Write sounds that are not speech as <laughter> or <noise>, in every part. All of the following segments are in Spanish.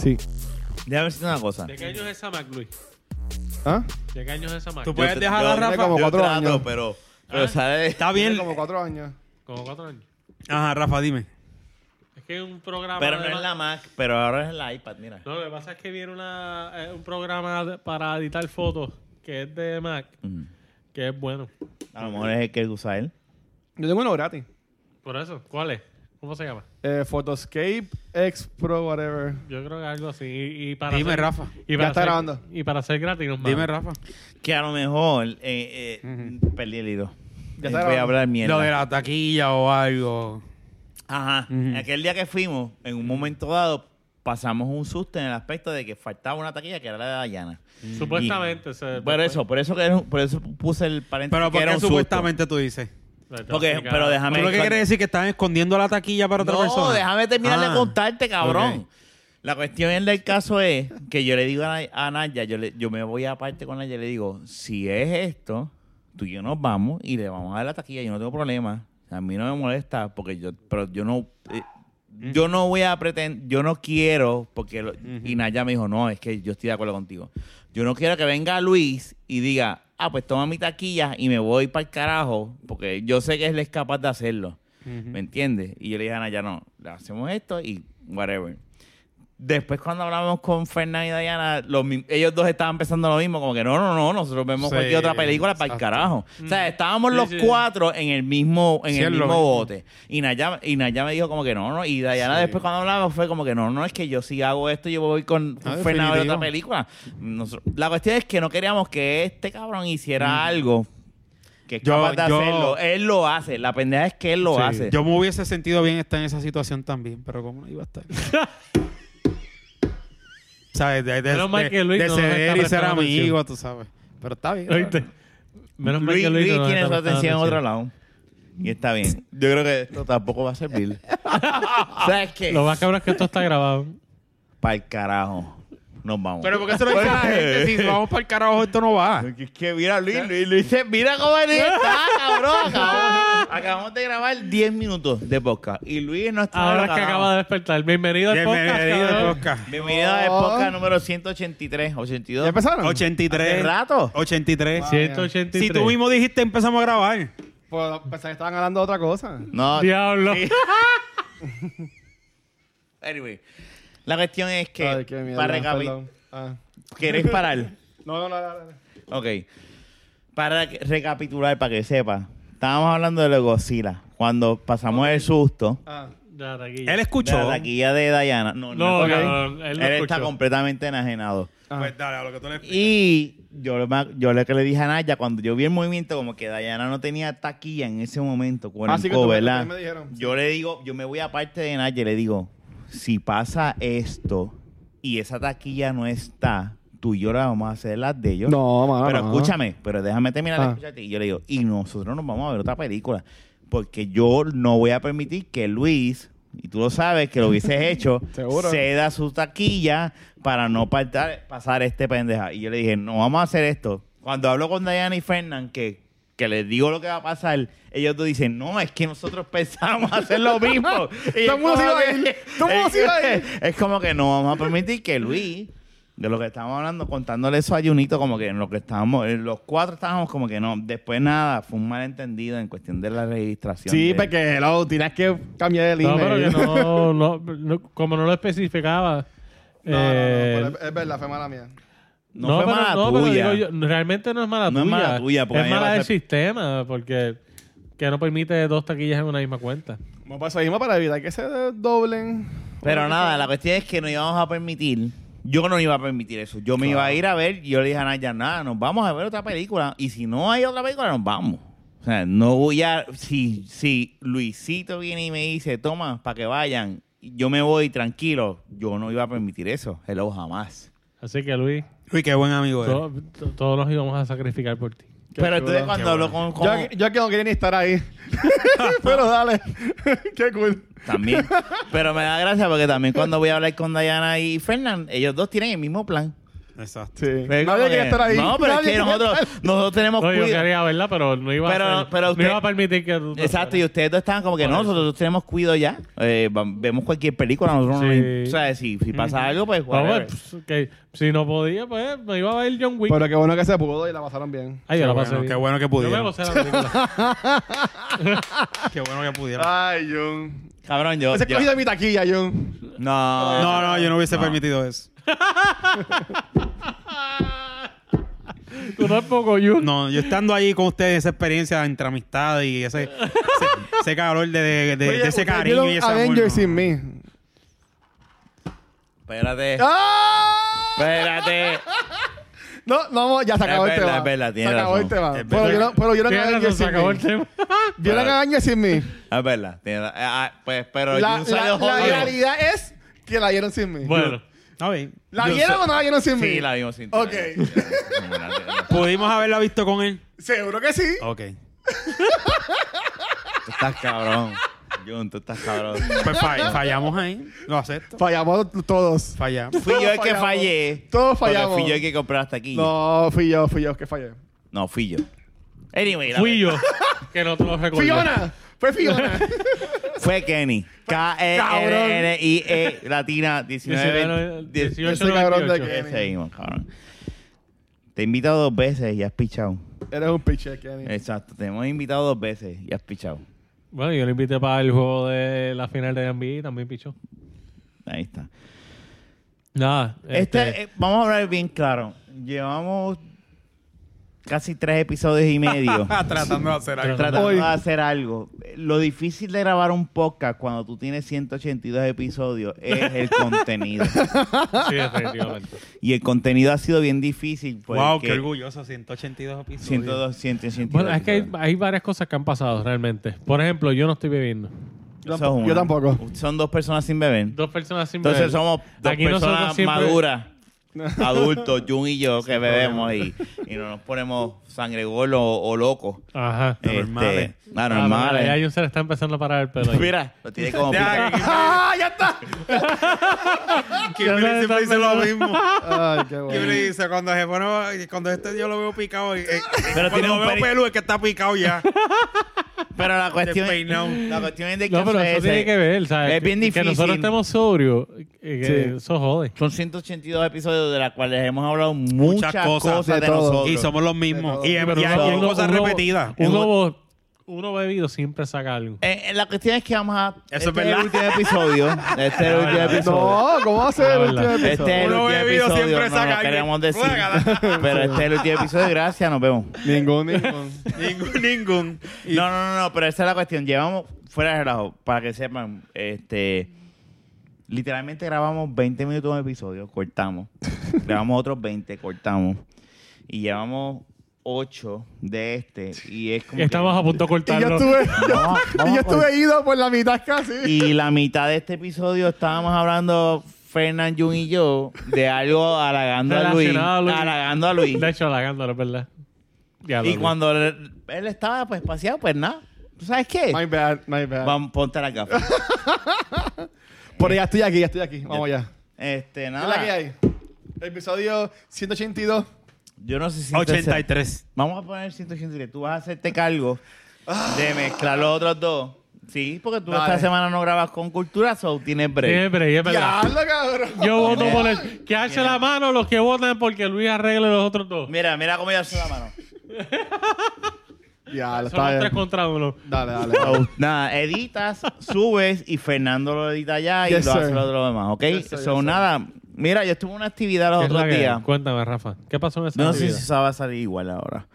Sí. Déjame decirte una cosa. ¿De qué año es esa Mac, Luis? ¿Ah? ¿De qué año es esa Mac? Tú puedes Yo- dejar a yo- Rafa. como yo cuatro trato, años. Pero, pero Ah. sale. Está bien. Tiene como cuatro años. Como cuatro años. Ajá, Rafa, dime. Es que un programa. Pero de no es Mac- la Mac, pero ahora es la iPad, mira. No, lo que pasa es que viene una, eh, un programa de- para editar fotos que es de Mac, Mm. que es bueno. A lo mejor es el que usa él. Yo tengo uno gratis. Por eso, ¿cuál es? ¿Cómo se llama? Eh, Photoscape X Pro, whatever. Yo creo que algo así. Y, y para Dime, ser- Rafa. Y para Ya está ser- grabando. Y para ser gratis, nos Dime, mandan. Rafa. Que a lo mejor eh, eh, perdí el hilo. Ya Eh, está Voy grabando. a hablar mierda. Lo de la taquilla o algo. Ajá. Aquel día que fuimos, en un momento dado, pasamos un susto en el aspecto de que faltaba una taquilla que era la de Dayana. Eh, Supuestamente. se- Por eso, por eso que era un- por eso puse el paréntesis pues, Pero que ¿por era qué un susto. supuestamente tú dices? Te voy a Porque- explicar. pero déjame ¿Tú lo que con- quieres decir que están escondiendo la taquilla para otra no, persona? déjame terminar Ah, de contarte, cabrón. ok. La cuestión del caso es que yo le digo a, Na- a Naya, yo, le- yo me voy aparte con Naya y le digo, si es esto, tú y yo nos vamos y le vamos a dar la taquilla, yo no tengo problema. A mí no me molesta porque yo, pero yo no, eh, yo no voy a pretender, yo no quiero, porque, lo- y Naya me dijo, no, es que yo estoy de acuerdo contigo. Yo no quiero que venga Luis y diga, ah, pues toma mi taquilla y me voy para el carajo, porque yo sé que él es capaz de hacerlo. ¿Me entiendes? Y yo le dije a Naya, no, le hacemos esto y whatever. Después cuando hablamos con Fernán y Dayana, los mi- ellos dos estaban pensando lo mismo, como que no, no, no, nosotros vemos Sí, cualquier otra película para el exacto. carajo. O sea, estábamos Sí, los sí. cuatro en el mismo, en Sí, el es lo mismo mismo. bote. Y Naya, y Naya me dijo como que no, no. Y Dayana Sí. después cuando hablaba fue como que no, no, es que yo sí hago esto, yo voy con, Ah, con Fernán a ver otra definitivo. película. Nosotros- la cuestión es que no queríamos que este cabrón hiciera algo que es Yo- capaz de yo- hacerlo. Él lo hace. La pendeja es que él lo Sí, hace. Yo me hubiese sentido bien estar en esa situación también, pero ¿cómo no iba a <laughs> estar? ¿Sabes? De, de- Menos mal de- que Luis de no nos está ceder y ser prestando atención. amigo, tú sabes. Pero está bien. Oíste. Menos mal que Luis, Luis no tiene su está prestando atención en otro lado. Y está bien. <laughs> Yo creo que esto tampoco va a servir. <laughs> ¿Sabes qué? Lo más cabrón es que esto <laughs> está grabado. Para el carajo. Nos vamos. Pero porque se lo dice a la gente, si vamos para el carajo, pues, eh. esto no va. Es que mira, Luis, Luis, Luis, se- mira cómo él <laughs> está, Ah, cabrón. Acabamos, acabamos de grabar 10 minutos de podcast. Y Luis no está. Ahora es que Ah, carajo. acaba de despertar. Bienvenido al podcast. Bienvenido al cabrón. podcast. Bienvenido a podcast número 183, 82. ¿Ya empezaron? 83. ¿Hace rato? 83. Wow. 183. Si tú mismo dijiste, empezamos a grabar. Pues pensaba que estaban hablando de otra cosa. No, Diablo. anyway. La cuestión es que, Ay, qué mierda, para recapitular, perdón. Ah. ¿querés parar? <laughs> No, no, no, no, no. Ok. Para que- recapitular, para que sepa, estábamos hablando de lo de Godzilla. Cuando pasamos el susto Ah. Ya, taquilla. Él de escuchó. la taquilla de Dayana. No, no, No, ok. cabrón, él él no está escuchó. completamente enajenado. Ah. Pues dale, a lo que tú le Y yo, le- yo le, que le dije a Naya, cuando yo vi el movimiento, como que Dayana no tenía taquilla en ese momento, con Así Ah, que tú me- ¿verdad? me dijeron. Yo le digo, yo me voy aparte de Naya y le digo, si pasa esto y esa taquilla no está, tú y yo la vamos a hacer las de ellos. No, mano, Pero no. escúchame, pero déjame terminar de Ah. escucharte. Y yo le digo, y nosotros nos vamos a ver otra película. Porque yo no voy a permitir que Luis, y tú lo sabes, que lo <laughs> hubieses hecho, Seguro. ceda su taquilla para no partar- pasar este pendeja. Y yo le dije, no vamos a hacer esto. Cuando hablo con Diana y Fernán, que, que les digo lo que va a pasar, ellos dos dicen, no, es que nosotros <laughs> pensamos hacer lo mismo. <laughs> Y Todo el es mundo se como iba a que- ir. Todo el mundo se iba a ir. <laughs> es como que no vamos a permitir que Luis, de lo que estábamos hablando, contándole eso a Junito, como que en lo que estábamos, en los cuatro estábamos como que no. Después nada, fue un malentendido en cuestión de la registración. Sí, de- porque hello, tienes que cambiar el No, pero que email. <laughs> no, no, no, como no lo especificaba. No, no, no, eh, pero es- es verdad, fue mala mía. No, fue mala no, tuya. digo yo, realmente no es mala No es tuya. mala tuya, porque es ella va mala a del ser- sistema, porque que no permite dos taquillas en una misma cuenta. Bueno, pues seguimos para evitar que se doblen. Pero nada, la cuestión es que no íbamos a permitir. Yo no iba a permitir eso. Yo me iba a ir a ver. y Yo le dije a Naya, nada, nos vamos a ver otra película. Y si no hay otra película, nos vamos. O sea, no voy a. Si, si Luisito viene y me dice, toma, para que vayan, yo me voy tranquilo. Yo no iba a permitir eso. Hello, jamás. Así que Luis, Uy, qué buen amigo eres. to- to- todos nos íbamos a sacrificar por ti. Qué Pero chulo. entonces cuando Qué hablo con. con- Yo, yo que no quería ni <laughs> estar ahí. pero dale. <laughs> Qué cool. <laughs> También. Pero me da gracia porque también cuando voy a hablar con Dayana y Fernán, ellos dos tienen el mismo plan. Exacto. Sí. Fue como Nadie quería que- estar ahí. No, pero es Nadie que quería nosotros, estar- nosotros tenemos No, yo cuidado. quería verla, pero no iba, Pero- a, hacer- pero usted- no iba a permitir que tú- tú Exacto, y fueras. ustedes dos estaban como que Por no, eso. nosotros tenemos cuidado ya. Eh, va- vemos cualquier película, nosotros no. Sí. O sea, si, si pasa algo, pues. No, whatever. pues, que si no podía, pues me iba a ver John Wick. Pero qué bueno que se pudo y la pasaron bien. Ay, yo Qué la pasé bueno, bien. qué bueno que Yo me pudieron. gocé la película. Qué bueno que Ah. pudieron. Ay, John. Cabrón, yo. Ese yo- cogido de mi taquilla, John. No. No, no, yo no Ah. hubiese permitido eso. <laughs> Tú tampoco, Jun. No, yo estando ahí con ustedes, esa experiencia entre amistad y ese, ese, ese calor de, de- de- de ese cariño y ese amor. Avengers no. sin mí. Espérate. ¡Ah! Espérate. No, no, ya se acabó Es el verdad, tema. es verdad, se tiene acabó razón. el tema. Es Pero verdad. vieron- Pero vieron a Tienes razón, Avengers se sin acabó mí. el tema. Vieron a Avengers sin mí. Es verdad. tiene ra- ah, ah, pues, pero La, Jun la, salió la jodido. realidad es que la vieron sin mí. Bueno, Está bien. ¿La Ah, Yo- vieron o no la vieron sin mí? Sí, la vimos sin Ok. <laughs> ¿Pudimos haberla visto con él? Seguro que sí. Ok. Tú estás cabrón. Jun, tú estás cabrón. Pues fa- fallamos ahí. Lo acepto. Fallamos todos. Fallamos. Fui yo el que fallamos. fallé. Todos porque fallamos. Fui yo el que compré hasta aquí. No, fui yo, fui yo que fallé. No, fui yo. Anyway, la fui yo <laughs> que no te lo recordé. ¡Fiona! Fue Fiona. Fue Kenny. K-E-N-N-I-E Latina 19. 19 Ese cabrón de que- Ese mismo, cabrón. Te he invitado dos veces y has pichado. Eres un pinche Kenny. Exacto, te hemos invitado dos veces y has pichado. Bueno, yo lo invité para el juego de la final de NBA y también pichó. Ahí está. Nada. Este, eh, vamos a hablar bien claro. Llevamos casi tres episodios y <laughs> medio Tratando de hacer algo. tratando Hoy. de hacer algo. Lo difícil de grabar un podcast cuando tú tienes 182 episodios es el contenido. <laughs> Sí, definitivamente. Y el contenido ha sido bien difícil. Porque pues, wow, qué orgulloso. 182 episodios. 102, 182. Bueno, es que hay, hay varias cosas que han pasado realmente. Por ejemplo, yo no estoy bebiendo. Eso es Yo una. tampoco. Son dos personas sin beber. Dos personas sin Entonces beber. somos dos Aquí nosotros personas siempre- maduras, adultos, Jun y yo, que bebemos y, y no nos ponemos sangre golo o, o locos. Ajá. Este, Normales. ah, Ah, Ya normales. Jun se le está empezando a parar el <laughs> pelo. ahí. Mira, lo tiene como Ya, pica. que- ¡Ah, ya está! <laughs> que Kimberly siempre dice lo mismo. Ay, qué Kimberly bueno. dice, cuando se pone, cuando este yo lo veo picado, eh, eh, Pero cuando tiene un lo veo peri- Pues pelu es que está picado <laughs> ya. Pero la cuestión, Despeinado. la cuestión es de que No, pero eso es- tiene que ver, ¿sabes? Es bien Que- difícil. Que nosotros estemos sobrios, eh, que Sí. eso jode. Son 182 episodios de los cuales hemos hablado muchas, Muchas cosas, cosas. De de todo. nosotros. Y somos los mismos. Y, y Pero hay uno- hay uno- cosas <laughs> uno- repetidas. Uno, bo- uno bebido siempre saca algo. Eh, eh, la cuestión es que vamos a... Eso es este verdad. el último episodio. <laughs> Este es el último verdad. episodio. No, ¿cómo va a ser La el verdad. último Este es el episodio? Uno último bebido episodio, no siempre saca lo alguien. queríamos decir. Guácala. pero este es el último episodio. Gracias, nos vemos. Ningún, <laughs> ningún. ningún, ningún. Y- No, no, no, no, pero esa es la cuestión. Llevamos, fuera de relajo, para que sepan, este. Literalmente grabamos 20 minutos de un episodio, <laughs> cortamos. grabamos otros 20, cortamos. Y llevamos 8 de este. Y es <laughs> como. que- Estamos a punto de Y yo cortarlo. estuve, <laughs> Vamos- <laughs> vamos y <laughs> yo a cortar. estuve ido por la mitad casi. Y la mitad de este episodio estábamos hablando, Fernán, Jun y yo, de algo halagando a Luis. Relacionado a Luis. Halagando a Luis. De hecho, halagándolo, es verdad. Ya, Y lo- cuando él él estaba pues paseado, pues nada. ¿Tú sabes qué? My bad, my bad. Vamos, ponte la café. <laughs> Pero ya estoy aquí, ya estoy aquí. Vamos ya. Este, ¿Qué es la que nada. hay? Episodio 182. Yo no sé si... 83. Vamos a poner 183. Tú vas a hacerte cargo de mezclar los otros dos. Sí, porque tú Dale. esta semana no grabas con Cultura, so tienes break. Siempre, y es verdad. ¡Diablo, cabrón! <laughs> Yo voto Mira. por el que hace la mano los que votan porque Luis arregle los otros dos. Mira, mira cómo ya hace la <laughs> mano. Diablo, Son los está tres bien. contra uno. Dale, dale. So, nada, editas, subes y Fernando lo edita ya y Yes, lo hace sir. lo, lo demás, ¿ok? Yes, sir, so, yes, sir. nada, mira, yo estuve en una actividad ¿Qué los es la otros que hay? días. Cuéntame, Rafa. ¿Qué pasó en esa No sé si bebida? esa va a salir igual ahora.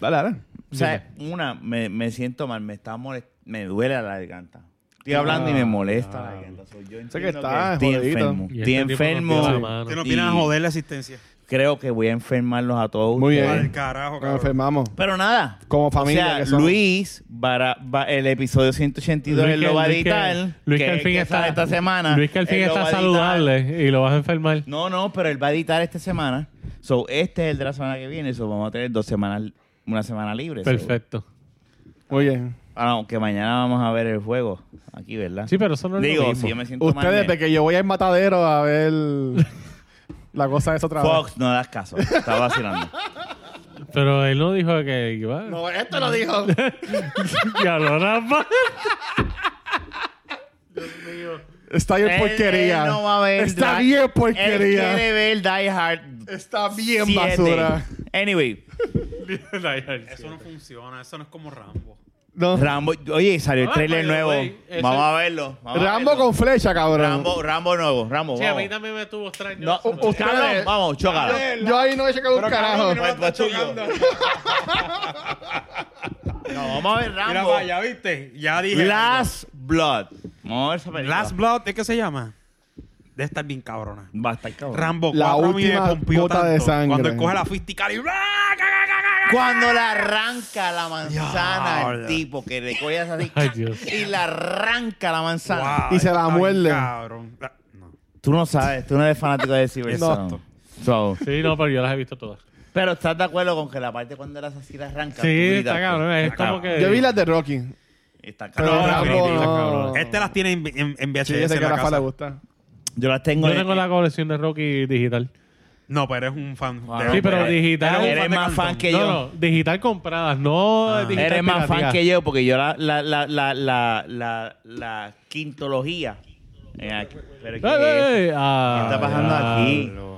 Dale, dale. O sea, una, me, me siento mal, me está molest... me duele la garganta. Estoy hablando y Ah, me molesta la garganta. So, yo Sé entiendo que está estoy jodidito. enfermo. Y Estoy este tipo nos enfermo. dio la mano. Que nos vienen a Y- joder la asistencia. Creo que voy a enfermarlos a todos Muy ustedes. bien. Al carajo, Nos cabrón. enfermamos. Pero nada. Como familia O sea, que somos. Luis, para, va- el episodio 182, Luis él que- lo va a Luis que- editar. Luis que al fin sale está- esta semana. Luis que al fin Él lo está va a editar. saludable y lo vas a enfermar. No, no, pero él va a editar esta semana. So, este es el de la semana que viene. So, vamos a tener dos semanas, una semana libre. so. Perfecto. Muy bien. Aunque mañana vamos a ver el juego aquí, ¿verdad? Sí, pero eso no es lo Digo, mismo. si yo me siento mal. Ustedes, me- porque yo voy al matadero a ver. La cosa es otra vez. Fox, no das caso. Estaba vacilando. Pero él no dijo que iba. <laughs> No, esto <laughs> lo dijo. <laughs> Ya lo rapa. Está bien Él- porquería. él Eh, no va a ver Está Die- bien Él porquería. quiere ver Die Hard Está bien 7. basura. Anyway, Eso no funciona, eso no es como Rambo. No. Rambo. Oye, salió el Ah, trailer by the nuevo. way, eso- Vamos a verlo. vamos a Rambo verlo. con flecha, cabrón. Rambo, Rambo nuevo. Rambo, Sí, a mí vamos. también me tuvo extraño. No, uh, eso. u- ustedes- cabrón, vamos, chócalo. Yo ahí no he checado un carajo. no- Pues- pues No, vamos a ver Mira, Rambo. vaya, ¿viste? Ya dije. Last Blood. Vamos a ver esa película. Last Blood, ¿de qué se llama? Debe estar bien cabrona. Basta, cabrón. Rambo Oh. La 4 a mí me última pompió gota tanto. de sangre. Cuando él coge la fiscal y... Cuando le arranca la manzana al Diablo. tipo que le collas así Ay, Dios. y le arranca la manzana. Guau, Y se la está bien muerde. Cabrón. La- no. Tú no sabes, tú no eres fanático de Cybersound. So, Sí, no, pero yo las he visto todas. pero estás de acuerdo con que la parte cuando eras así la arranca. tú Sí, gritas, está tú. cabrón. Es pues. Está como cabrón. que. Yo vi las de Rocky. Está Pero cabrón. Rambo las no. cabronas. Este las tiene en, en, en VHS Sí, yo sé en que a la la casa. fala le gusta. Yo las tengo. Yo tengo la colección de Rocky digital. No, pero es un fan. Ah, de- no, Sí, pero pues, digital. eres un Eres de más Cantón. fan que no, yo. no, digital compradas, no Ah. digital Eres más fan pirateada. que yo porque yo la, la, la, la, la, la, la quintología. Eh, aquí- pero ¿qué Ey, es? ey, ey. Ah, ¿Qué está pasando ya. aquí? Ah.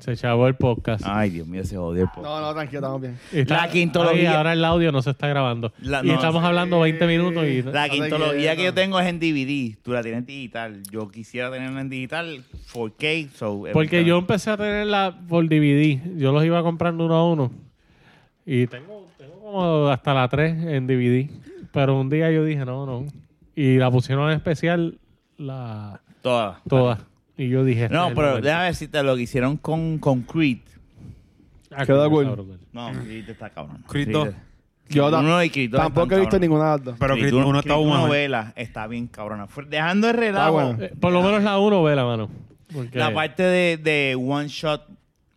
Se chavó el podcast. Ay, Dios mío, se jodió. el podcast. No, no, tranquilo, estamos bien. Está- La quintología. Ay, ahora el audio no se está grabando. La- y no. estamos hablando 20 minutos y... La No te quintología quiero. que yo tengo es en DVD. Tú la tienes en digital. Yo quisiera tenerla en digital 4K. So, Porque yo empecé a tenerla por DVD. Yo los iba comprando uno a uno. Y tengo, tengo como hasta la 3 en DVD. Pero un día yo dije, no, no. Y la pusieron en especial la Toda. toda. Y yo dije... este es No, el pero momento. déjame decirte lo que hicieron con, con Creed. Ah, Queda coño, cool. cabrón. No, Creed está cabrón. Creed Sí, dos. está- Yo ta- Uno y Creed dos tampoco he están visto cabrones. ninguna de las dos. Pero Creed uno está Creed bueno. novela está bien cabrona. Fue- Dejando el relajo. bueno. Eh, por lo menos la 1 ve la mano. Porque- La parte de, de one shot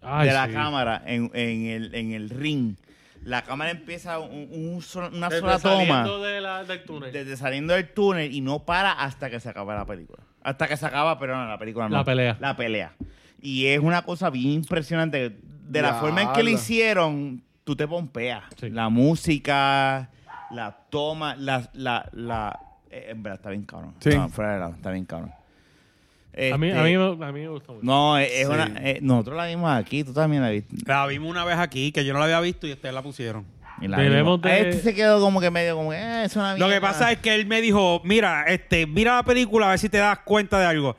Ay, de la sí. cámara en, en, el, en el ring. La cámara empieza un- un solo- una Desde sola toma. saliendo de la- del túnel. desde saliendo del túnel y no para hasta que se acaba la película. Hasta que se acaba, pero no, la película no. La pelea. La pelea. Y es una cosa bien impresionante. De la Ya forma en que lo habla. hicieron, tú te pompeas. Sí. La música, la toma, la... la, la eh, en verdad, está bien cabrón. Sí. No, fuera de lado, está bien cabrón. a, mí, a, Este, mí, me- a mí me gustó mucho. No, es, es una... eh, nosotros la vimos aquí, tú también la viste. La vimos una vez aquí, que yo no la había visto y ustedes la pusieron. Y la Debemos vimos. de- Este se quedó como que medio como... Eh, es una Lo que mierda. pasa es que él me dijo, mira, este, mira la película a ver si te das cuenta de algo.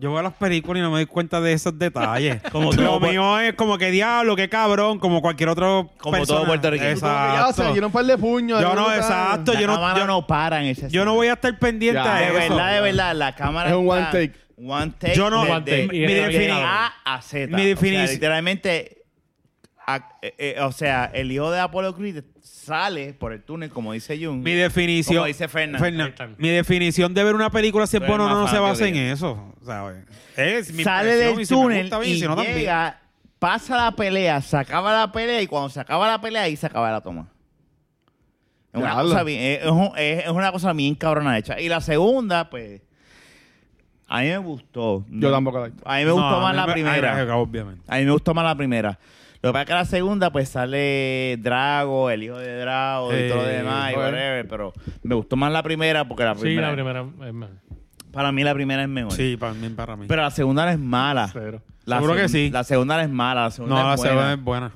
Yo veo las películas y no me doy cuenta de esos <laughs> detalles. como lo mío es como que diablo, que cabrón, como cualquier otro Como todo persona. puertorriqueño. Ya, se Exacto. dieron un par de puños. Yo ahí, no, tal. exacto. La Yo no, cámara yo, no para en ese yo no voy a estar pendiente Ya, a De eso. verdad, de verdad, la cámara. Es un one está- take. One take. Yo no- de- One de- take. Y de está bien A a Z. Mi O sea, definición- literalmente, a- eh, eh, o sea, el hijo de Apollo Creed sale por el túnel, como dice Jun. Mi definición. Como dice Fernan. Ahí están. mi definición de ver una película si es Tú eres bueno o más no, no se fan que basa en yo. eso. ¿sabes? Es mi sale impresión, del si me túnel gusta bien, y si no, también. llega, pasa la pelea, se acaba la pelea y cuando se acaba la pelea ahí se acaba la toma. Es una, Diablo. cosa bien, es, es un- es- es una cosa bien cabrona hecha. Y la segunda, pues, a mí me gustó. Yo tampoco la he visto. A mí me No, gustó a más mí la me- primera. Ay, obviamente. A mí me gustó más la primera. Lo que pasa es que la segunda, pues sale Drago, el hijo de Drago y Eh, todo lo demás, y joder. whatever. Pero me gustó más la primera porque la sí, primera. la primera es más. Para mí la primera es mejor. Sí, para mí, para mí. Pero la segunda no es mala. Cero. La Seguro que segun- sí. La segunda no es mala. La no, segunda la es buena. segunda es buena.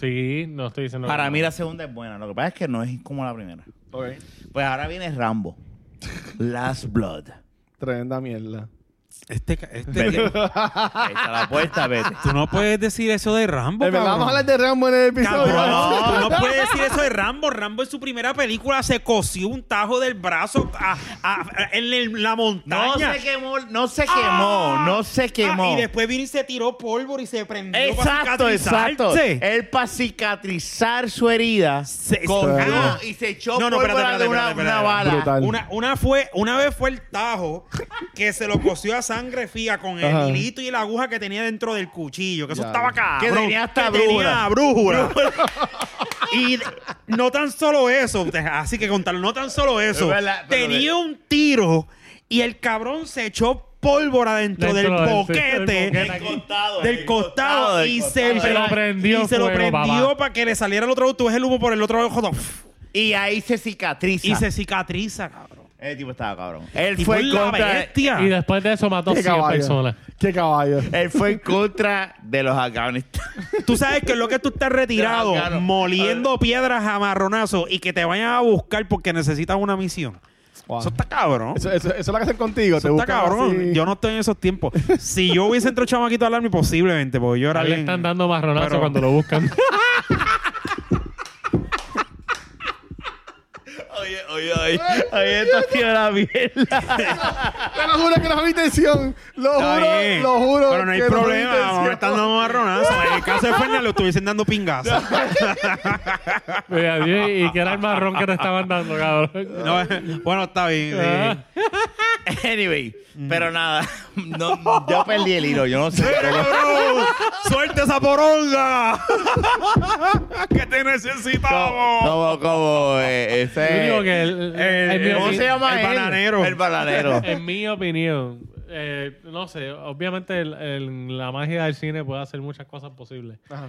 Sí, no estoy diciendo... que Para no. mí la segunda es buena. Lo que pasa es que no es como la primera. Ok. Pues ahora viene <laughs> Rambo. Last Blood. Tremenda mierda. Este, ca- este- Vete. Ahí está la puerta, <laughs> vete. tú no puedes decir eso de Rambo, De verdad, cabrón. vamos a hablar de Rambo en el episodio. Cabrón, No. tú no puedes decir eso de Rambo. Rambo en su primera película se cosió un tajo del brazo a- a- a- en el- la No montaña. se quemó, no se quemó, ¡Ah! no se quemó. Ah, y después vino y se tiró pólvora y se prendió. Exacto, para exacto. cicatrizarse. Eh, Él para cicatrizar su herida Se- con Ah. y se echó No, no, pólvora espérate, espérate, de una, espérate, una espérate. bala. Brutal. Una, una, fue, una vez fue el tajo que se lo coció a sangre fría con el Ajá. hilito y la aguja que tenía dentro del cuchillo. Que eso Ya. estaba cabrón. Que tenía hasta que tenía brújula. <laughs> y d- no tan solo eso, te- así que contarlo, no tan solo eso. Es verdad, pero tenía un tiro y el cabrón se echó pólvora dentro, Dentro del del- boquete. del boquete. Del Del costado. del costado y se, Y se lo y prendió se lo fuego, prendió papá. para que le saliera el otro ojo, tú ves el humo por el otro ojo no, Y ahí se cicatriza. y se cicatriza cabrón Ese tipo estaba cabrón. Él Tipo, fue es en la contra. bestia Y después de eso mató Qué 100 caballo. personas. Qué caballo. Eh, Él fue en contra de los afganistas. tú sabes que es lo que tú estás retirado Claro, claro. moliendo piedras a marronazo y que te vayan a buscar porque necesitas una misión Wow. eso está cabrón Eso, eso- eso es lo que hacen contigo. Eso te está buscan cabrón. así. Yo no estoy en esos tiempos. Si yo hubiese entrado chamaquito al army, posiblemente, porque yo era Ahora le bien- están dando marronazo Pero- cuando lo buscan. <laughs> <laughs> Oye, oye, oye. Oye, esto tiene la mierda. Te lo juro que no fue mi intención. Lo Está juro, bien. lo juro. Pero no hay que fue mi problema. vamos, intención. me están dando marronazo. En el caso de Fernández, lo estuviesen dando pingazo. Mira, y y que era el marrón que te estaban dando, cabrón. No, <laughs> bueno, está bien. Ah. sí. Anyway, pero nada. <laughs> No, yo perdí el hilo. Yo no sé. ¡Mira, cabrón! ¡Suelta Oh, esa poronga! <laughs> ¡Que te necesitamos! Como, como, eh, Yo ese. digo que el- en mi ¿Cómo opin- se llama el él? bananero. El bananero. En mi opinión, eh, no sé, obviamente el- el- la magia del cine puede hacer muchas cosas posibles. Ajá.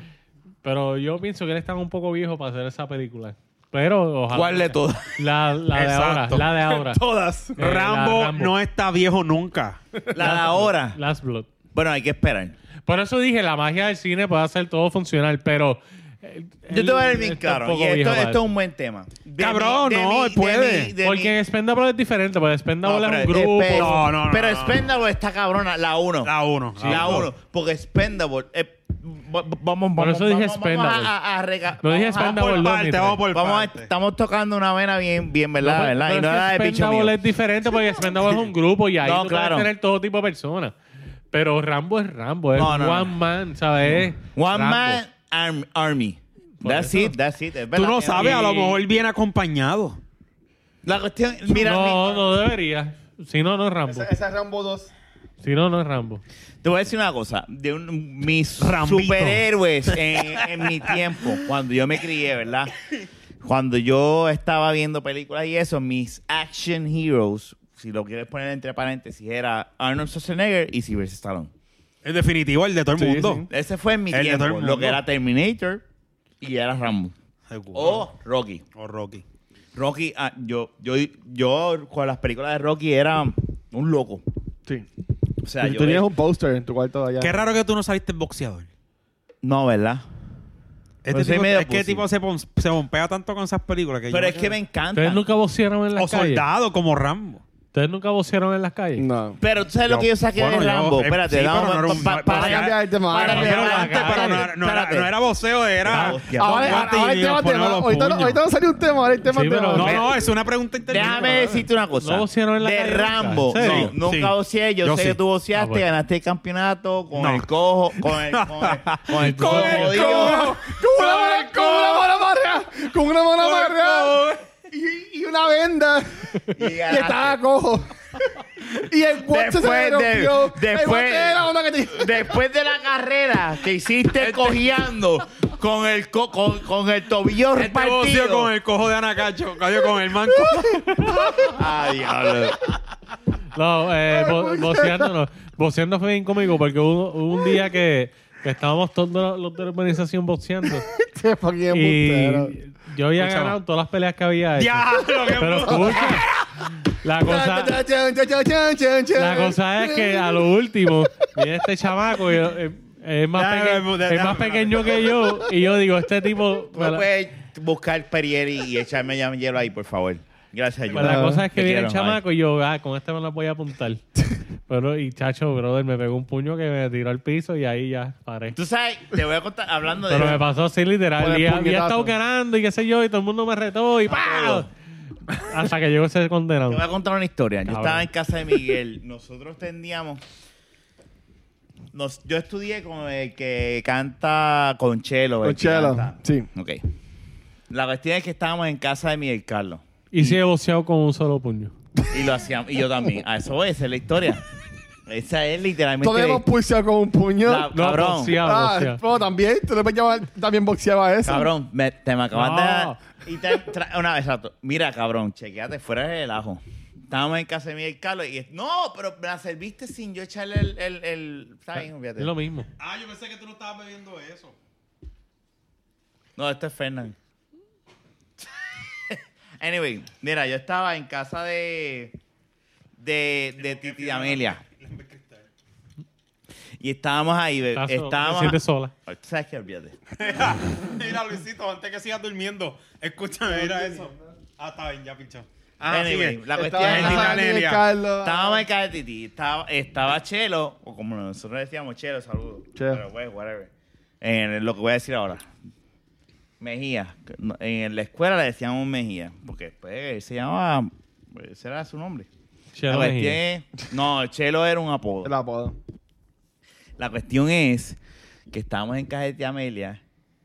Pero yo pienso que él está un poco viejo para hacer esa película. Pero ojalá. ¿Cuál de todas? La, la de ahora, Exacto. la <laughs> de ahora. Todas. Eh, la Rambo, Rambo. no está viejo nunca. La de ahora. Last Blood. Bueno, hay que esperar. Por eso dije, la magia del cine puede hacer todo funcionar, pero... eh, Yo te voy a dar él bien está un claro. poco Y esto, viejo para esto es eso. un buen tema. De Cabrón, no, él puede. mi- de Porque mi- en Spendable es diferente, porque Spendable No, es un pero- grupo. eh, No, no, no, Pero no, no. Spendable está cabrona, la 1. La uno. La 1. Porque Spendable. eh, va- va- vamos, Por vamos. eso dije vamos- Spendable. Vamos a, a- a rega- No dije vamos a- Spendable. Por Por dos, parte, mi vamos tres. por Vamos a- parte. estamos tocando una vena bien, bien, ¿verdad? pero- ¿verdad? pero Y no es que la de bicho Spendable mío. es diferente porque Spendable es un grupo y ahí No, tú claro. puedes tener todo tipo de personas. Pero Rambo es Rambo, es No, no, no. one man, ¿sabes? One Rambo. Man arm- Army. Por That's eso. it, that's it. Es Tú verdad. no sabes, a lo Y- mejor viene acompañado. La cuestión. Mira, no, no debería. Si no, no es Rambo. Esa, esa es Rambo 2. Si no, no es Rambo. Te voy a decir una cosa. De un- mis Rambito. superhéroes en, en mi tiempo, cuando yo me crié, ¿verdad? Cuando yo estaba viendo películas y eso, mis action heroes, si lo quieres poner entre paréntesis, era Arnold Schwarzenegger y Sylvester Stallone. En definitivo, el de todo el Sí, mundo. Ese fue en mi El de todo el tiempo. mundo. Lo que era Terminator y era Rambo. Seguro. Oh. O Rocky. O Rocky. Rocky, ah, yo, yo, yo con las películas de Rocky era un loco. Sí. O sea, tú yo. tienes un póster en tu cuarto de allá. Qué raro que tú no saliste boxeador. No, ¿verdad? Este Pues soy tipo, medio es que pussy. tipo se, pon- se bompea tanto con esas películas que yo Pero no es sé. que me encanta. ¿Ustedes nunca boxearon en O las calles? soldado como Rambo. ¿Ustedes nunca boxearon en las calles? No. Pero tú sabes lo Yo- que yo saqué bueno, de yo- Rambo. eh, Espérate, sí, vamos pero no era un- pa- pa- para Para cambiar el tema. para- ahora. Pero Pero, en la antes, calle. pero no, era- no era, Espérate. no era boxeo, era. Ah, hostia. Don Ahora, Guante y ahora el Dios, tema es tema. ponerlo los Ahorita no- puños. ahorita no salió un tema. Ahora el tema Sí, es tema. pero- No, Mira. no, es una pregunta interesante. Déjame decirte una cosa. ¿No boxearon en la de calle nunca? Rambo. ¿En serio? no, nunca Sí. boxeé. Yo, Yo sé sí. que tú boxeaste, Ah, bueno. ganaste el campeonato con No. el cojo, con <laughs> el con el- con el Con cojo. el jodido. cojo. Con una mano, con una mano amarrada. Con una mano Por amarrada. favor. Y, y una venda. Y <laughs> Y ganaste. estaba cojo. Y el guante se Después le de- rompió. el después- guante era uno que te... Después de la carrera que Este- hiciste cojeando con el co- con, con el tobillo Este boxeo partido. con el cojo de Anacacho, cayó con <laughs> el manco. Ay, diablo. No, eh, bo- muy boceando no. Boceando fue bien cómico porque hubo, hubo un día que, que estábamos todos los- los de la organización boxeando. Este fucking embustero. y yo había Escuchamos. ganado todas las peleas que había hecho. Diablo, qué Pero escucha, la cosa, la cosa es que a lo último viene este chamaco y, eh, es, más Dame, peque- dame, es más dame. pequeño que yo y yo digo, este tipo... Tú me puedes buscar Perrier y, y echarme ya- hielo ahí, por favor. Gracias, yo. Pues la cosa es que Te viene quiero, el chamaco y yo, ah, con este me la voy a apuntar. Pero, y chacho, brother, me pegó un puño que me tiró al piso y ahí ya paré. Mike. Tú sabes, te voy a contar, hablando de... Pero me pasó así Por literal. el Y había puñetazo. estado ganando y qué sé yo, y todo el mundo me retó y ¡pam! Hasta que llegó ese condenado. Te voy a contar una historia. Yo Cabrón. estaba en casa de Miguel. Nosotros teníamos... Nos, yo estudié con el que canta con Chelo. el que Con Chelo, canta. sí. Ok. La cuestión es que estábamos en casa de Miguel Carlos. Y sí he boxeado con un solo puño. Y lo hacíamos. Y yo también. A eso voy, esa es la historia. Esa es literalmente... Todos hemos pulseado con un puño. ah, La- No, Cabrón. boxeado, Ah, boxeado. pero también, tú le puedes llamar- también boxeaba eso. Cabrón, me- te me acabas No. de dar. Y te- tra- una vez, exacto. Mira, cabrón, chequeate fuera del ajo. Estábamos en casa de Miguel Carlos y es, no, pero me la serviste sin yo echarle el. el, el ¿Sabes? Es lo mismo. Eh, Ah, yo pensé que tú no estabas bebiendo eso. No, este es Fernán. <laughs> anyway, mira, yo estaba en casa de. de, de Titi Amelia. Y estábamos ahí, be- Estás sola, te estábamos. sientes sola. Ay, ¿Sabes qué? Olvídate. mira, Luisito, antes que sigas durmiendo, escúchame, mira eso. Ah, está bien, ya Ah, pinchado. Anyway, la cuestión Ah, Estaba en es casa de Amelia. Miguel Carlos. Estábamos en casa de Titi, estaba, estaba Chelo, o como nosotros decíamos, Chelo, saludos. Chelo. Pero pues, whatever. En lo que voy a decir ahora. Mejía. En la escuela le decíamos Mejía, porque después él se llamaba, pues, ese era su nombre. Chelo la Mejía. cuestión es- no, Chelo era un apodo. El apodo. La cuestión es que estábamos en casa de tía Amelia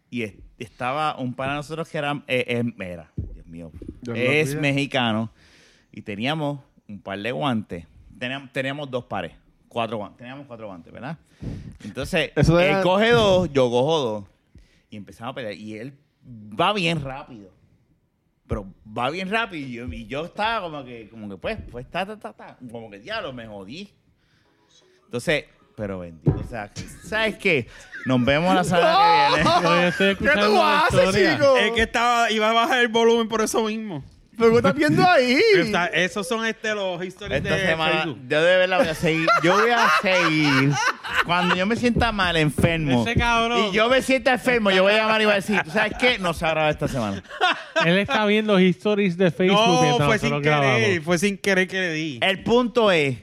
y es- estaba un pana de nosotros que era, eh, eh, era, Dios mío, Dios lo es cuide. mexicano y teníamos un par de guantes. Teníamos, teníamos dos pares, cuatro guantes, teníamos cuatro guantes, ¿verdad? Entonces, Eso era- él coge dos, yo cojo dos y empezamos a pelear y él va bien rápido. Pero va bien rápido y yo, y yo estaba como que, como que pues, pues, ta, ta, ta, ta, como que diablo, me jodí. Entonces, pero bendito, o sea, ¿sabes qué? Nos vemos la <laughs> semana que viene. Pero yo estoy ¿Qué escuchando tú la haces, historia. chico? Es que estaba, iba a bajar el volumen por eso mismo. <laughs> ¿Pero qué estás viendo ahí? Está- esos son este, los historias Esta de semana, Facebook. yo de verdad voy a seguir, yo voy a seguir. Cuando yo me sienta mal, enfermo, Ese cabrón. y yo me sienta enfermo, yo voy a llamar y voy a decir, ¿tú ¿sabes qué? No se ha grabado esta semana. Él está viendo los stories de Facebook No, mientras fue nosotros sin grabamos. querer, fue sin querer que le di. El punto es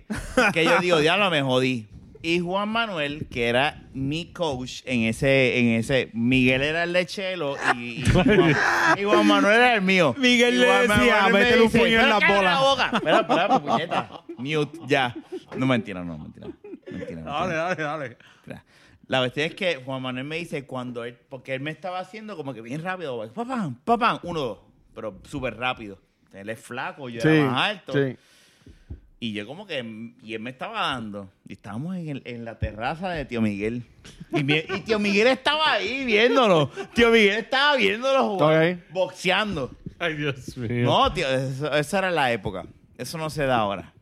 que yo digo, diablo, me jodí. Y Juan Manuel, que era mi coach en ese, en ese, Miguel era el de Chelo y, <laughs> y Juan, y Juan Manuel era el mío. Miguel Y le Juan decía, Manuel me "Métele un dice, puño en "Pero la cállate bola". boca. Espera, espera, puñeta. Mute, ya. No, mentira, no, mentira. Mentira, Dale, mentira. dale, dale. mentira. La cuestión es que Juan Manuel me dice cuando él, porque él me estaba haciendo como que bien rápido, papam, papam, uno, dos, pero súper rápido. Él es flaco, yo era más alto. sí. Y yo como que, y él me estaba dando. Y estábamos en, el- en la terraza de tío Miguel. Y, mi- y tío Miguel estaba ahí viéndolo. Tío Miguel estaba viéndolo jugar, Ok. boxeando. Ay, Dios mío. No, tío, eso- esa era la época. Eso no se da ahora.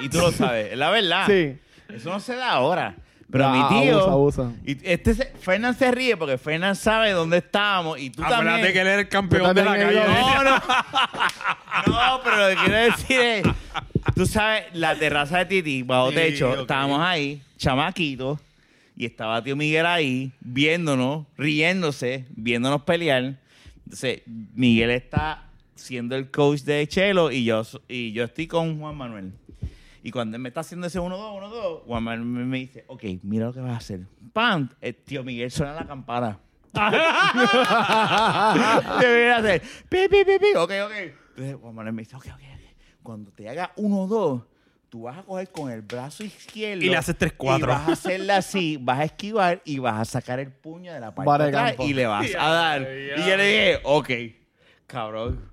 Y tú lo sabes, es la verdad. Sí. Eso no se da ahora. Pero Ah, mi tío... abusa, abusa. Y este se, Fernan se ríe porque Fernan sabe dónde estábamos y tú Acuérdate también. Ah, que él era el Yo campeón de también la he calle. No, ido. no. <laughs> No, pero lo que quiero decir es, tú sabes, la terraza de Titi, bajo Sí, techo, ok. estábamos ahí, chamaquitos, y estaba tío Miguel ahí, viéndonos, riéndose, viéndonos pelear. Entonces, Miguel está siendo el coach de Chelo y yo, so- y yo estoy con Juan Manuel. Y cuando él me está haciendo ese 1-2, 1-2, Juan Manuel me me dice, ok, mira lo que vas a hacer. ¡Pam! El tío Miguel suena la campana. <laughs> Debería hacer eh, pi, pi, pi, pi. Ok, ok. Entonces Juan Manuel me dice, ok, ok, ok. Cuando te haga uno o dos, tú vas a coger con el brazo izquierdo. Y le haces tres, cuatro. Y vas a hacerle así, vas a esquivar y vas a sacar el puño de la parte Vara de de atrás campo. y le vas a dar. Y yo le dije, ok, cabrón.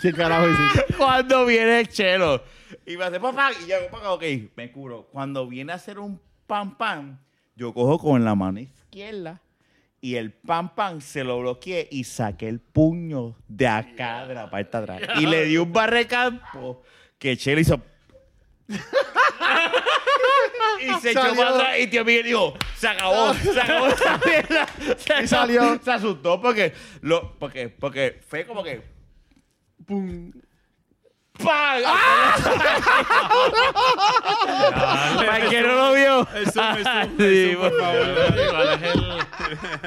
¿Qué carajo hiciste? <laughs> Cuando viene el chelo. Y me hace papá. Y yo hago papá, ok, me curo. Cuando viene a hacer un pan pan, yo cojo con la mano izquierda. Y el pan pan se lo bloqueé y saqué el puño de acá de la parte de atrás. Y le di un barrecampo que Chelo <laughs> hizo. y se echó Salió. para atrás. Y tío Miguel dijo: Se acabó, se <laughs> acabó esta mierda. Se, acabó". salió. <laughs> se asustó porque, lo, porque, porque fue como que. Pum. ¡Pam! <laughs> Para el que no lo vio. El zoom, el zoom, Sí, el zoom, por bueno. <laughs> favor.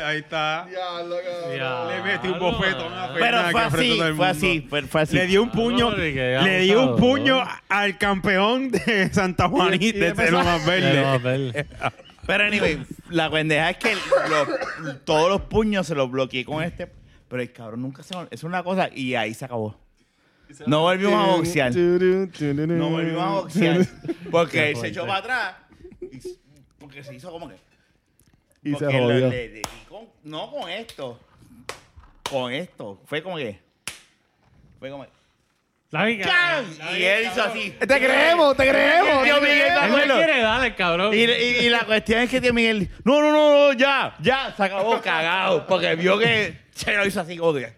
Ahí está. Diablo, cabrón. Le metí un bofetón a Pero Fernan, fue que enfrentó así, todo el fue mundo. así, fue, fue así. Le dio un puño, Ah, no, Enrique, ya le dio un abusado. puño al campeón de Santa Y- y Juanita, de empezó- lo más verde. Pero anyway, la pendeja es que los- todos los puños se los bloqueé con este. Pero el cabrón nunca se... Es una cosa y ahí se acabó. No volvimos a boxear. No No volvimos a <laughs> boxear. Porque él se echó para atrás. y- Porque se hizo como que... Y se Porque lo- jodió. le- le- y con- no con esto. Con esto. Fue como que... Fue como que... ¡Chan! Y él hizo así. Te creemos, te creemos. Tío te Miguel, creemos. Él me quiere cabrón. Y, y- y la cuestión es que tío <laughs> Miguel, no, no, no, no, ya, ya, se acabó cagado. Porque vio que <laughs> se lo hizo así como que.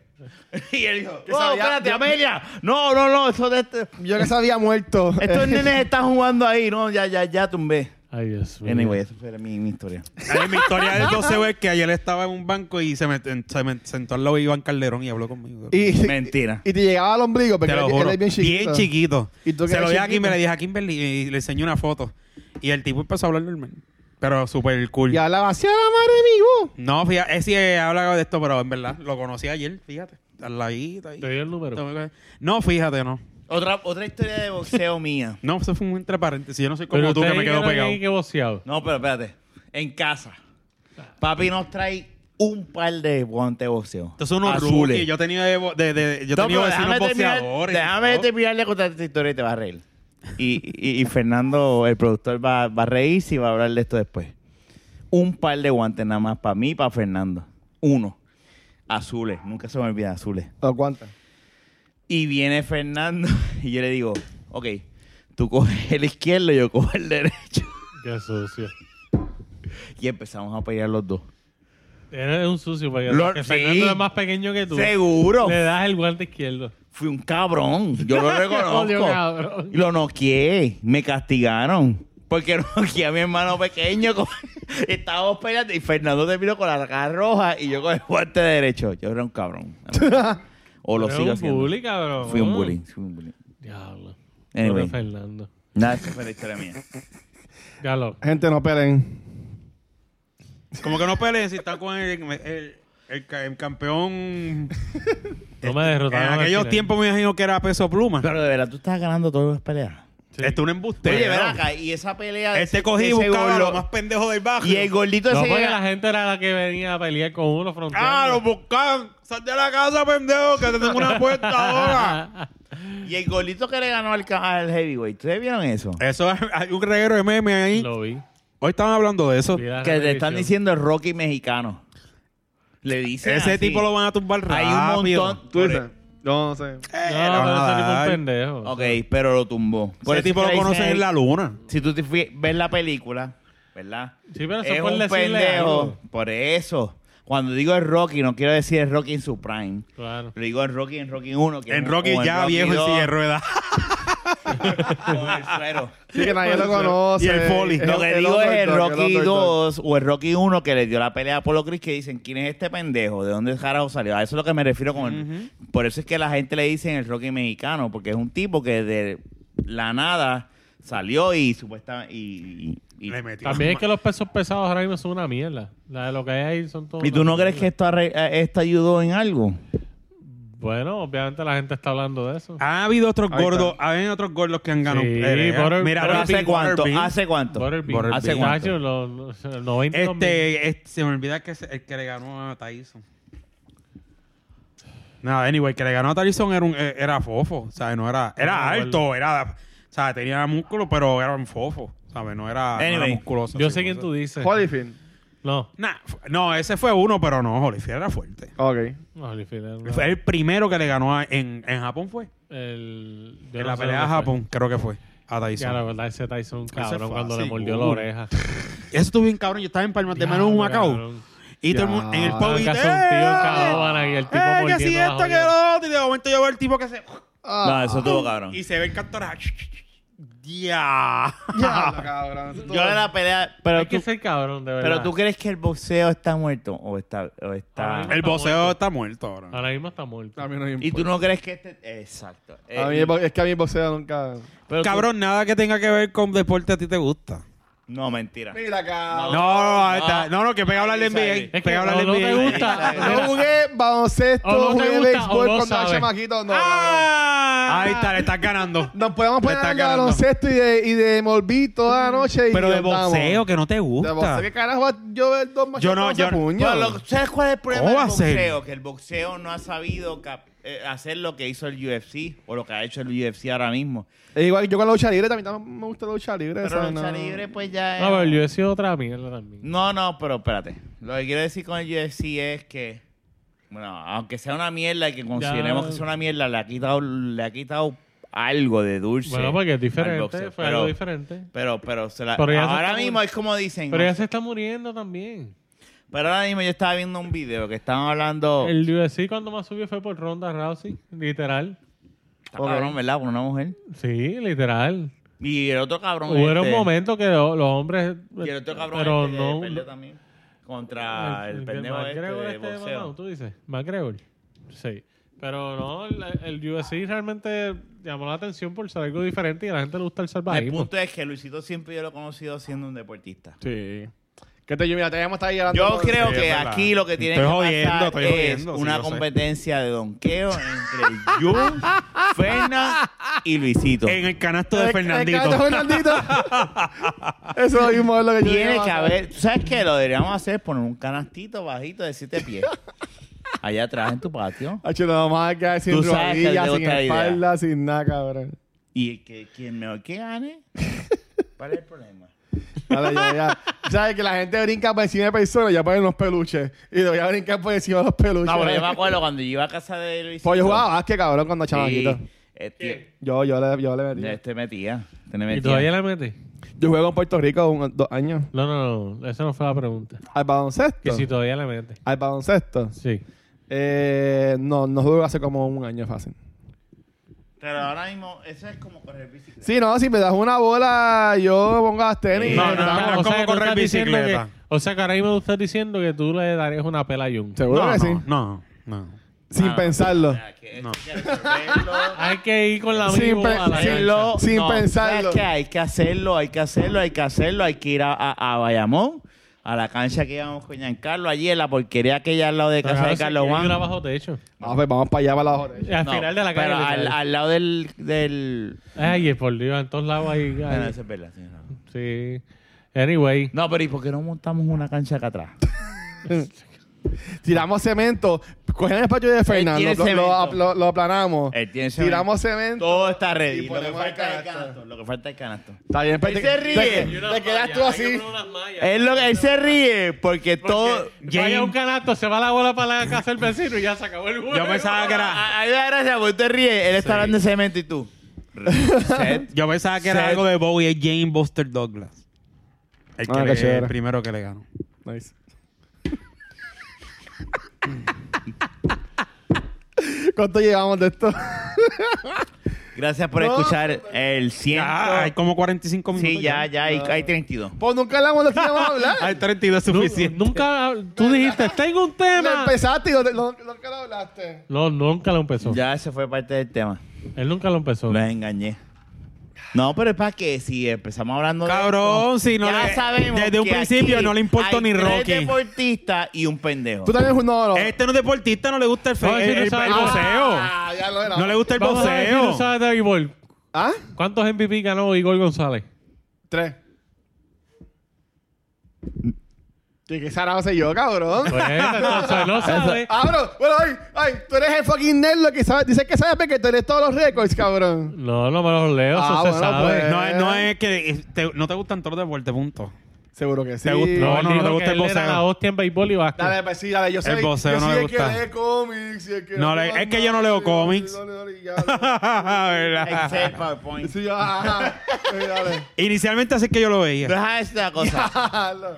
Y él dijo, Que "Oh, sabía- espérate, yo- Amelia. No, no, no, eso de este- Yo que se había muerto. <laughs> estos nenes están jugando ahí. No, ya, ya, ya tumbé. Ay, Dios mío. Anyway, esa fue mi, mi historia. Ayer mi historia del 12 es que ayer estaba en un banco y se me, se me sentó al lado de Iván Calderón y habló conmigo. Y, Mentira. y te llegaba al ombligo, porque Te lo él, él juro. es bien chiquito. Bien chiquito. ¿Y tú que Se lo eres di a Kimberly, chiquito? le dije a Kimberly y le enseñé una foto. Y el tipo empezó a hablar normal. Pero súper cool. Y hablaba así a la madre de mi voz. No, fíjate, es sí he hablado de esto, pero en verdad lo conocí ayer, fíjate. Al ladito ahí. Te doy el número. No, fíjate, no. Otra, otra historia de boxeo <laughs> mía. No, eso fue un entre paréntesis. Yo no soy como Pero tú que ustedes me quedo vieron pegado. ahí que boceado. No, pero espérate. En casa. Papi nos trae un par de guantes de boxeo. Estos son unos azules. rookies. Yo he tenido, de, bo- de- de- yo he No, pero tenido vecinos terminar- boxeadores. déjame terminar de contar esta historia y te vas a reír. Y, y- y Fernando, el productor, va, va a reírse y va a hablar de esto después. Un par de guantes nada más para mí y para Fernando. Uno. Azules. Nunca se me olvida, azules. <laughs> ¿O cuántas? Y viene Fernando <laughs> y yo le digo, ok, tú coges el izquierdo y yo cojo el derecho. Qué sucio. Y empezamos a pelear los dos. Eres un sucio porque Lord- que sí. Fernando es más pequeño que tú. Seguro. Le das el guante izquierdo. Fui un cabrón. Yo <laughs> lo Odio, reconozco. cabrón. Y lo noqueé. Me castigaron. Porque <laughs> noqueé a mi hermano pequeño. con- <laughs> Estábamos peleando y Fernando terminó con la cara roja y yo con el guante derecho. Yo era un cabrón. O lo Eres sigo un haciendo. bully, cabrón. Fui un bullying. Fui un bullying. Diablo. Anyway. Pobre Fernando. Nada, esa fue la historia mía. Diablo. Gente, no peleen. Como que no peleen si están con el, el- el ca- el campeón. Este, No me En derrotaron. al aquellos final. tiempos me imagino que era peso pluma. Pero de verdad, tú estás ganando todas las peleas. Sí. Este es un embustero. Oye, ven acá. Y esa pelea. de Este ese- cogí de y ese buscaba gordo- lo más pendejo del bajo. Y el gordito No, ese. porque llega- la gente era la que venía a pelear con uno fronteando. Ah, lo buscaban. Sal de la casa, pendejo, que te tengo una puerta ahora. Y el gordito que le ganó al, ca- al heavyweight. ¿Ustedes vieron eso? Eso es, hay un reguero de meme <laughs> ahí. Lo vi. Hoy estaban hablando de eso. Vi la Que le están repetición. diciendo el Rocky mexicano. Le dicen. Ese así. tipo lo van a tumbar Hay un rápido. montón. Tú dices. No, no sé. Eh, No, le van pero a ese tipo es dar. un pendejo. Ok, pero lo tumbó. Por eso Ese tipo es que lo le dicen conocen el- en la luna. Si tú te fui- ves la película, ¿verdad? Sí, pero eso es por un decirle pendejo. algo. Por eso. Cuando digo el Rocky, no quiero decir el Rocky en su prime. Claro. Lo digo el Rocky en Rocky 1. En Rocky ya viejo en y silla de ruedas. Con el suero. Sí, <laughs> que nadie lo conoce. Y el poli. Es Lo que digo otro es el dog, Rocky otro dog. 2 o el Rocky 1 que le dio la pelea a Apolo Creed que dicen, ¿quién es este pendejo? ¿De dónde carajo salió? A eso es lo que me refiero con... Por eso es que la gente le dice el Rocky mexicano, porque es un tipo que de la nada salió y supuestamente... Y, y- y- <laughs> Le metió. También es que los pesos pesados ahora mismo son una mierda. La de lo que hay ahí son todos. ¿Y tú no crees que esto, arre- eh, esto ayudó en algo? Bueno, obviamente la gente está hablando de eso. Ha habido otros Ahí está. gordos, ha habido otros gordos que han ganado. Sí, peleas. Butter- Mira, Pero Butterbean, ¿hace cuánto? Butterbean. ¿Hace cuánto? Butterbean. Ah, ¿Hace cuánto? Tacho, los- <laughs> los- los 90 y 2000. Este, este, se me olvida que es el que le ganó a Tyson. Nada, anyway, el que le ganó a Tyson era un eh, era fofo, ¿sabes? No era era No, alto, era o sea, tenía músculo, pero era un fofo, ¿sabes? No era, no era Anyway, musculoso. Yo así, sé quién cosa. tú dices. Holyfield. No. Nah, fu- no, ese fue uno, pero no, Holyfield era fuerte. Ok. No, Holyfield era una- Fue el primero que le ganó a- en, en Japón fue. el- yo en no la sé pelea a dónde fue. Japón, creo que fue. A Ya, Tyson. la verdad, ese Tyson, fue cabrón, cuando le así, mordió la duro. oreja. Eso estuvo bien cabrón, yo estaba en Palmas de Mano en un Macao. cabrón. Y todo el mundo en el Ya. pub y Nunca son tío en Cadavana y el tipo eh, que mordiendo si las esto, que joyas. lo otro. Y de momento yo veo el tipo que se. No, eso estuvo cabrón. Y se ve el cantor. ah, Ya. Diablo, cabrón. Eso Yo de la pelea... Pero Hay que tú, ser cabrón, de verdad. pero tú crees que el boxeo está muerto o está... O está... Ahora mismo El Está boxeo muerto. está muerto ahora. Ahora mismo está muerto. A mí no me importa. Y tú no crees que este... Exacto. A mí Eh, el bo- es que a mí el boxeo nunca. pero tú- Cabrón, nada que tenga que ver con deporte a ti te gusta. No, mentira. Mira, No, cabrón. no, ahí está. no, no, que pega a hablar de Ahí sale. NBA. Ah, Es Pega que a hablar de no, no te NBA. gusta. Yo jugué baloncesto, O no te jugué gusta, o no béisbol con cuando era sabes. chamaquito. No, cabrón. Ah, Ahí está, le estás <laughs> ganando. Nos podemos Le poner está a hablar de ganando. baloncesto y de, y de MLB toda la noche. y Pero de andamos. boxeo, que no te De boxeo, gusta. ¿qué carajo? Yo veo dos machos Yo no, con yo- puño. Bueno, lo- ¿Sabes cuál es el problema ¿Cómo del va a ser? boxeo? Que el boxeo no ha sabido cap- eh, hacer lo que hizo el UFC o lo que ha hecho el UFC ahora mismo. Es igual yo con la lucha libre, también tam- me gusta la lucha libre. Pero la ¿sabes? lucha No. libre, pues ya es... No, pero yo he sido otra mierda también. No, no, pero espérate. Lo que quiero decir con el UFC es que, bueno, aunque sea una mierda y que consideremos que sea una mierda, le ha quitado, le ha quitado algo de dulce. Bueno, porque es diferente, al boxeo, fue pero- algo diferente. Pero, pero, se la- Pero ya se ahora está mismo muriendo. es como dicen. Pero no ya se está muriendo también. Pero ahora mismo yo estaba viendo un video que estaban hablando. El UFC cuando más subió fue por Ronda Rousey, literal. Está cabrón, ¿verdad? Por una mujer. Sí, literal. Y el otro cabrón. Hubo un este- momento que lo- los hombres... Y el otro cabrón pero este que no, perdió también. Contra el, pendejo Mac este Gregor de este de Manao, boxeo. ¿Tú dices? McGregor. Sí. Pero no, el, el UFC realmente llamó la atención por ser algo diferente y a la gente le gusta el El salvajismo. pues. punto es que Luisito siempre yo lo he conocido siendo un deportista. Sí. ¿Qué te mira, te hemos estado ahí hablando Yo con- creo Sí, que es verdad. aquí lo que tiene Estoy que jodiendo, pasar estoy es jodiendo, sí, una yo sé. competencia de donqueo entre Jun, Fernan y Luisito. En el canasto de Eh, Fernandito. eh, Fernandito. <laughs> Eso mismo es lo que yo Tiene iba a que hacer. haber, ¿tú ¿sabes qué? Lo deberíamos hacer poner un canastito bajito de siete pies. Allá atrás en tu patio. Hacho, nada más hay que dar sin Tú sabes que rodillas, te sin gusta la idea. espalda, sin nada, cabrón. Y que quien mejor que gane, ¿cuál es el problema? Dale, ya, ya. ¿Sabes que la gente brinca por encima de personas? Ya ponen los peluches. Y voy a brincar por encima de los peluches. No, pero yo me acuerdo cuando yo iba a casa de Luisito. Pues yo jugaba básquet, cabrón, cuando Sí, chamaquito. este, Yo, yo le, yo le metí. le- te metía. Te le ¿Y metía. todavía la metí? Yo jugué con Puerto Rico un- dos años. No, no, no. Esa no fue la pregunta. Al Que baloncesto. si todavía la mete. Al baloncesto. Sí. Eh, no, no jugué hace como un año fácil. Pero ahora mismo, eso es como correr bicicleta. Sí, no, si me das una bola, yo pongo las tenis. No, y- no, no, es como que tú correr estás diciendo bicicleta. que- o sea, que ahora mismo tú estás diciendo que tú le darías una pela a Jun. Seguro que sí. no, no, no. Sin Ah, pensarlo. que, No. que resolverlo. <laughs> Hay que ir con la Sin amigo pe- a la sin cancha. lo- sin pensarlo. Es que hay que hacerlo, hay que hacerlo, hay que hacerlo. Hay que ir a, a, a Bayamón, a la cancha que íbamos con Giancarlo, allí en la porquería aquella al lado de Pero casa claro, de si Carlos quieren ir Juan. abajo techo. No, pues vamos para allá, para <laughs> la botella. Al No, final de la calle. pero al, literal. al lado del... del... Ay, es por Dios, en todos lados hay... Ah, no, hay- eso es verdad, sí, no. Sí. Anyway. No, pero ¿y por qué no montamos una cancha acá <laughs> atrás? Tiramos cemento, cogen el espacio de Fernando, tiene lo, lo, cemento. apl- lo aplanamos. Él tiene cemento. Tiramos cemento. Todo está ready. Y Lo que ponemos el falta es el canasto. canasto. Lo que falta es el canasto. Está bien, pero Él se te- te- ríe. Te, te quedas tú así. Eh, Él, lo, él se ríe porque, todo... Llega un canasto, se va la bola para la casa del vecino y ya se acabó el juego. Yo <laughs> pensaba que era, <laughs> A, a mí me da gracia porque te ríes. Él está hablando de cemento y tú. Reset. yo pensaba que era Set. algo de Bowie, es Jane Buster Douglas. El, que Ah, qué le- chévere. el primero que le ganó. Nice. <laughs> ¿Cuánto llevamos de esto? Gracias por No. escuchar el 100. Ya, hay como 45 minutos. sí, ya, ya. Hay, hay 32. Pues nunca hablamos de esto que vamos <laughs> a hablar. Hay 32 Nu- suficiente. Nunca, tú dijiste, tengo un Lo tema. empezaste y no te- no- nunca lo hablaste. No, nunca lo empezó. Ya se fue parte del tema. Él nunca lo empezó. Los engañé. No, pero es para que si empezamos hablando de Cabrón, esto, si no ya le- sabemos desde un que principio aquí no le importó hay ni tres Rocky. deportista y un pendejo. Tú también no, no. Este no es deportista, no le gusta el, fe- No, el, sí, tú el- sabes. Eh, el boxeo. Ah, ya lo era. No le gusta el Vamos a ver si tú boxeo. sabes de béisbol. ¿Ah? ¿Cuántos MVP ganó Igor González? Tres. ¿Qué, qué sarado sé yo, cabrón? <laughs> Pues, entonces, no sabe. Ah, bro, bueno, ay, ay, tú eres el fucking nerd lo que sabe, dices que sabes porque tú eres todos los récords, cabrón. No, no me los leo, Ah, eso se bueno, sabe. pues. No, es- no es que es- te- no te gustan todos los deportes, punto. <laughs> Seguro que sí. Te gusta- No, No, no, él no dijo le gusta que el él era boxeo. la hostia en béisbol y básquet. pues, Dale, pues sí, dale, yo soy El boxeo yo no soy le el gusta. que lee cómics. y el que No, le- es que yo no leo cómics. ¿Verdad? Excel, PowerPoint. <laughs> Sí, yo, ajá. Sí, dale. Inicialmente así es que yo lo <laughs> veía. Deja esta cosa. Jalo.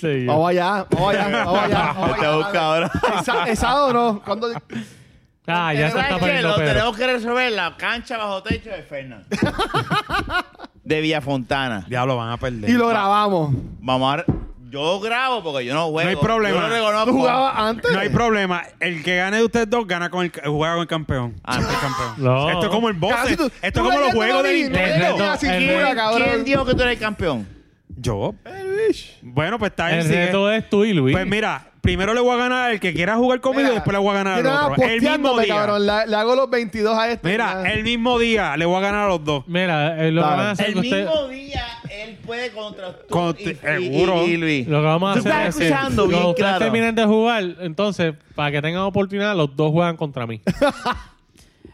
Sí. Vamos allá, vamos allá, vamos allá. vamos Te allá, busca ahora. dale. El sa- El sábado no. <laughs> ¿Cuándo? Ah, ya se ¿Sabes está qué? poniendo Lo pero. tenemos que resolver la cancha bajo techo de Fernández. <laughs> de Villafontana. Diablo, van a perder. Y lo grabamos. Vamos a... re- Yo grabo porque yo no juego. No hay problema. Yo lo ¿Tú reconozco. jugabas antes? No hay problema. El que gane de ustedes dos gana con el juega con el campeón. Ah, El campeón. No. Esto es como el boxe. Casi tú- Esto tú es como los leyendo juegos de David, Nintendo. leyendo la El cintura, reto- cabrón. ¿Quién dijo que tú eres el campeón? Yo. Bueno, pues está bien. El sigue. eh. reto es tú y Luis. Pues mira, primero le voy a ganar al que quiera jugar conmigo Mira, y después le voy a ganar yo nada, al otro. El mismo posteándome, día. cabrón. Le, le hago los 22 a este. Mira, Ya. el mismo día le voy a ganar a los dos. Mira, eh, lo que Claro. van a hacer El que usted- mismo día él puede contra tú Con- y, y- seguro. y- y Luis. Lo que vamos a Tú hacer estás es que escuchando bien cuando ustedes claro. terminen de jugar, entonces, para que tengan oportunidad, los dos juegan contra mí.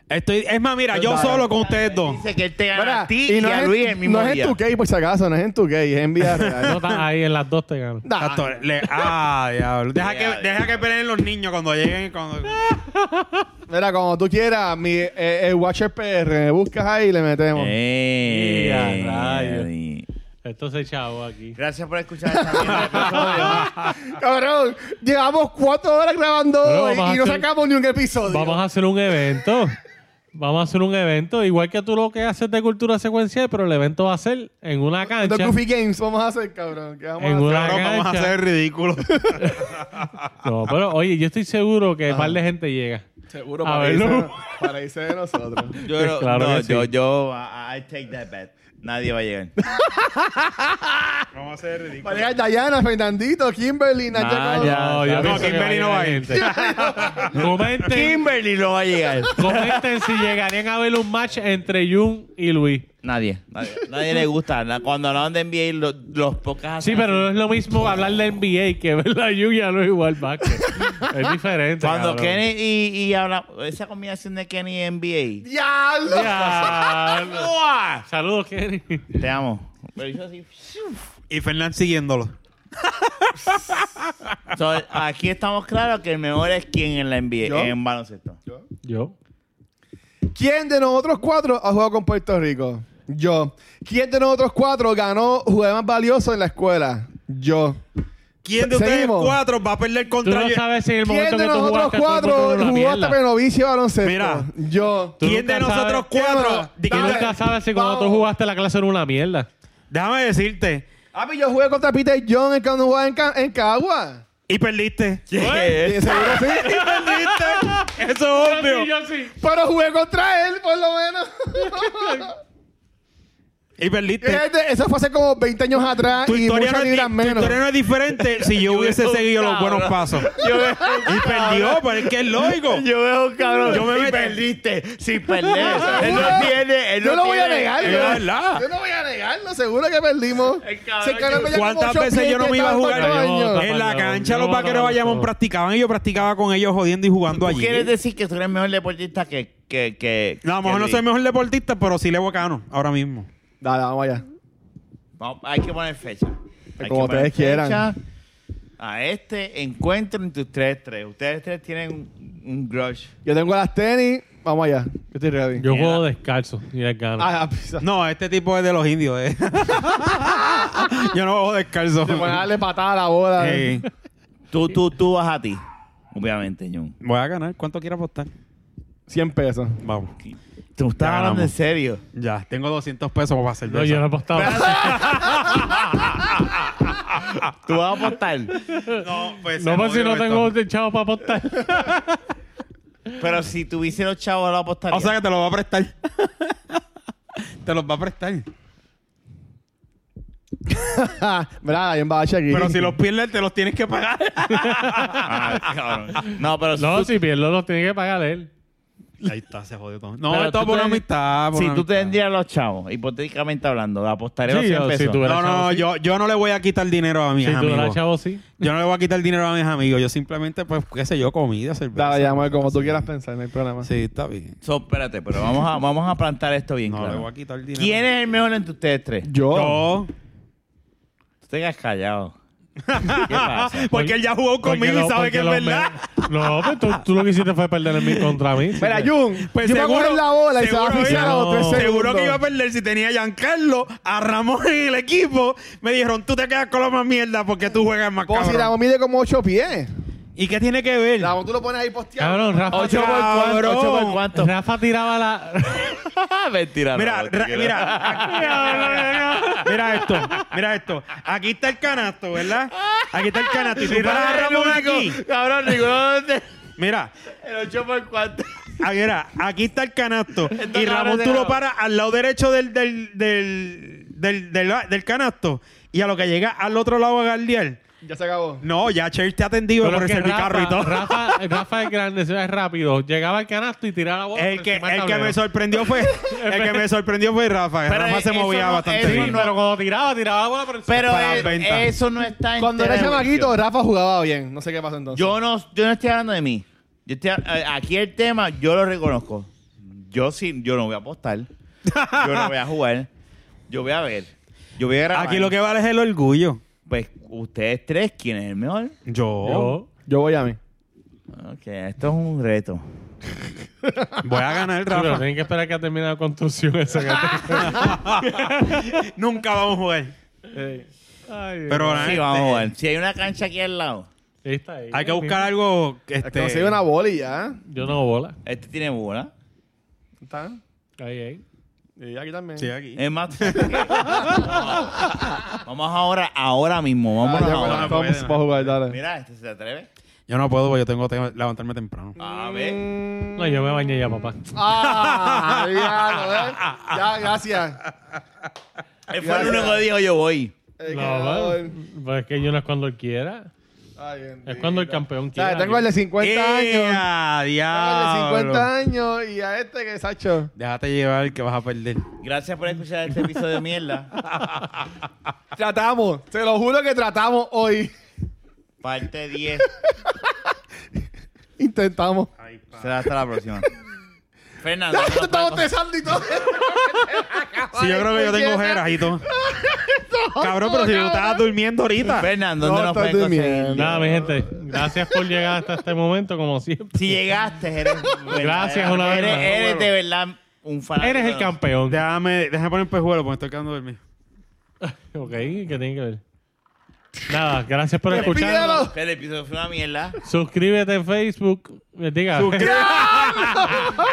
Estoy, es más, mira, yo Dale. solo con ustedes dos. Dice que él te gana Mira, a ti y, a es, Luis el mismo no es día. en tu gay, por si acaso, no es en tu gay, es en vida No <laughs> real. estás ahí en las dos te gano. Nah. Tato, le- ah, diablo. Deja Ya, que, deja diablo. que peleen los niños cuando lleguen. y Cuando... Ah, Mira, como tú quieras, mi, Eh. eh, el Watcher PR, me buscas ahí y le metemos. Eh, Ya, rayos. Esto se chavo aquí. Gracias por escuchar esta mierda <laughs> de episodio. Cabrón, llevamos cuatro horas grabando Bueno, hoy vamos a y no hacer- sacamos ni un episodio. Vamos a hacer un evento. Vamos a hacer un evento. Igual que tú lo que haces de cultura secuencial, pero el evento va a ser en una The cancha. Goofy Games vamos a hacer, cabrón. ¿Qué vamos En a hacer? una Cabrón, vamos a cancha. hacer ridículo. <laughs> No, pero oye, yo estoy seguro que un par de gente llega. Seguro A para verlo. irse- para irse <laughs> de nosotros. Yo, creo- Claro no, que sí. yo, yo, I, I take that bet. Nadie va a llegar. vamos a hacer ridículo. Para llegar Dayana, Fernandito, Kimberly, Nadia. No, ya, está yo pienso bien. que Kimberly no va a ir. gente. <laughs> Comenten, Kimberly no va a llegar. comenten si llegarían a ver un match entre Jun y Luis. Nadie. Nadie, nadie le gusta. Na- Cuando hablan de NBA, lo- los pocas... Sí, pero no es lo mismo hablar de NBA que ver la lluvia no es igual básquet. Es diferente. Cuando cabrón. Kenny y, y habla... Esa combinación de Kenny y NBA. ¡Diablo! Ya. Saludos, Kenny. Te amo. Pero hizo así. Y Fernán siguiéndolo. So, aquí estamos claros que el mejor es quien en la NBA, ¿Yo? en baloncesto. Yo. ¿Quién de nosotros cuatro ha jugado con Puerto Rico? Yo. ¿Quién de nosotros cuatro ganó jugador más valioso en la escuela? Yo. ¿Quién de ustedes Seguimos. cuatro va a perder Tú contra no Ye- sabes si en el momento ¿Quién de que tú nosotros jugaste cuatro jugó hasta hasta prenovicio baloncesto? Mira. Yo. Tú ¿Quién nunca de nosotros sabes- cuatro? Cámara. Tú Dígame, nunca sabes si Vamos. cuando tú jugaste la clase era una <laughs> mierda. déjame decirte. Ah, pero yo jugué contra Peter John en cuando jugaba en, Ca- en Cagua. Y perdiste. Eh. Sí, seguro sí. <laughs> Y <laughs> perdiste. Eso es obvio. sí. Pero jugué contra él, por lo menos. <laughs> <laughs> Y perdiste. Gente, Eso fue hace como 20 años atrás Tu y historia, muchas no es, libras di- tu menos. historia no es <laughs> diferente si yo hubiese hubiese seguido los buscado, buenos ¿no? pasos. y perdió, pero es que es lógico. <laughs> Yo veo un cabrón. Yo me y meto- perdiste. Sin perder. él no tiene. Él Yo no no voy a tiene- negar. es yo- verdad. Yo no voy a negarlo. Seguro que perdimos. cabrón Se cargó que- ya como ¿Cuántas ocho veces yo no pies me iba a de jugar? tantos Yo- años. En la Yo- cancha yo- los yo- vaqueros yo- Bayamón yo- practicaban y yo practicaba con ellos jodiendo y jugando ¿Tú allí. quieres decir que tú eres el mejor deportista que. que, que No, a lo que mejor no Luis? soy el mejor deportista, pero sí le bacano ahora mismo. Dale, vamos allá. Vamos, hay que poner fecha. Hay que Como poner ustedes quieran. fecha A este encuentro entre ustedes tres. Ustedes tres tienen un, un grudge. Yo tengo las tenis. Vamos allá. Yo estoy ready. Yo Mierda. juego descalzo y les gano. Ah, pisa. <laughs> No, este tipo es de los indios. eh. <laughs> yo no juego descalzo. Te pones a darle patada a la bola. Ey, Tú, tú, tú vas a ti. Obviamente, Jun. voy a ganar. ¿Cuánto quiero apostar? 100 pesos. <laughs> Vamos. Tú estás Ya hablando en ganamos. serio. Ya, tengo 200 pesos para hacer de no, esa. yo no apostaba. Tú vas a apostar. No, pues, No, se pues si jodió no esto. tengo un chavo para apostar. Pero si tuviese los chavos, lo apostaría. O sea que te los va a prestar. <laughs> te los va a prestar. Mira, hay un bache aquí. Pero si los pierdes, te los tienes que pagar. Ah, cabrón. No, pero No, tú- si pierdo, lo tiene que pagar él. Ahí está, se jodió todo. No, Pero esto tú por una te- amistad. por si una tú amistad. tendrías los chavos, hipotéticamente hablando, apostaría los Sí, 100 o si pesos. tú- No, no, yo, yo no le voy a quitar dinero a mis Si tú eras amigos. chavo, sí. Yo no le voy a quitar dinero a mis amigos. Yo simplemente, pues, qué sé yo, comida, cerveza. <laughs> Dale, ya, Marco, como tú quieras pensar, no hay problema. Sí, está bien. So, espérate, pero vamos a, vamos a plantar esto bien No le voy claro. a quitar dinero. ¿Quién es el mejor entre ustedes tres? Yo. Yo. Tú te quedas <laughs> callado. ¿Qué pasa? <laughs> Porque él ya jugó Porque conmigo lo- y sabe que porque es los verdad. me- No, pero tú, tú lo que hiciste fue perder en mí contra mí. Mira, Jun. <laughs> Pues yo voy a seguro, coger la bola y se va a seguro asfixiar a los iba- tres segundos. Seguro que iba a perder si tenía a Giancarlo, a Ramón en el equipo. Me dijeron, tú te quedas con la más mierda porque tú juegas más Pues si cabrón". Ramón mide como 8 pies. ¿Y qué tiene que ver? Ramón, tú lo pones ahí posteado. Cabrón, Rafa, ¿Ocho por cuánto? ¿Ocho por cuánto? Rafa tiraba la. <laughs> Mentira. Mira, no, te ra- quiero. <laughs> mira, <laughs> mira esto, mira esto. Aquí está el canasto, ¿verdad? Aquí está el canasto. Y tú paras a Mira, Ramón el único- aquí. Cabrón, ninguno de- Mira, El 8 por cuánto. ah, mira, aquí está el canasto. <laughs> Esto Y cabrón Ramón de tú lo Ramón. paras al lado derecho del, del, del, del, del- del canasto. Y a lo que llega al otro lado a guardiar. Ya se acabó. No, ya Cher te ha atendido Pero por es el que servicarro y todo. Rafa, Rafa es grande, es rápido. Llegaba al canasto y tiraba la bola. <laughs> El por que, encima del el que me tablero. sorprendió <laughs> fue el que me sorprendió fue Rafa. Pero Rafa se eso movía no- bastante eso bien. Sí, pero cuando tiraba, tiraba la bola por encima. Pero Para el- las ventas. eso no está en Cuando era tela de chamaquito, juicio. Rafa jugaba bien. No sé qué pasó entonces. Yo no, yo no estoy hablando de mí. Yo estoy- eh, aquí el tema, yo lo reconozco. Yo sí, yo no voy a apostar. Yo no voy a jugar. Yo voy a ver. Yo voy a grabar. Aquí lo que vale es el orgullo. Pues ustedes tres, ¿quién es el mejor? Yo, Yo- Yo voy a mí. Ok, esto es un reto. voy a ganar, <laughs> Sí, pero Rafa. tienen que esperar que termine la construcción esa que Nunca vamos a jugar. Ay, Dios. Pero nada, Sí, este, vamos a jugar. Si hay una cancha aquí al lado, Sí, está ahí. hay que buscar algo. Es que Este, no se ve una bola y ya. Yo no bola. este tiene bola. Está. Ahí, ahí. Y aquí también. Sí, aquí. Es más, <laughs> vamos ahora, ahora mismo. Ah, Vamos ya ahora. cuando estamos puede, para jugar, dale. Mira, este se atreve. Yo no puedo porque yo tengo que levantarme temprano. A Mm, ver. No, yo me bañé ya, papá. <laughs> Ah, ya, lo ves. Ya, gracias. Él fue el único que dijo yo voy. Eh, No, ganador. va. Pues es que yo no es cuando él quiera. Ay, bendito. Es cuando el campeón O sea, quiera. tengo el de 50 años. ¡Ea, Tengo el de ¡Eh, diablo! 50 años y a este que es Sacho. Déjate llevar que vas a perder. Gracias por escuchar este episodio de mierda. Tratamos, te lo juro que tratamos hoy. Parte 10. Intentamos. Será hasta la próxima. Fernando. ¿no nos Estamos puedes- tesando y todo. Si yo creo que yo tengo ojeras <laughs> y todo. Cabrón, pero si yo estaba durmiendo ahorita. Fernando, No, ¿dónde nos estás puedes durmiendo. conseguir? Nada, mi gente. Gracias por llegar hasta este momento, como siempre. Si llegaste, <laughs> eres. Gracias, una vez Eres, más. eres de verdad un fanático. Eres el de campeón. Déjame, déjame poner pejuelo porque me estoy quedando <laughs> dormido. Ok, ¿qué tiene que ver? Nada, gracias por Despídelo. escucharnos. nosotros. El episodio fue una mierda. Suscríbete en Facebook. Eh, Diga,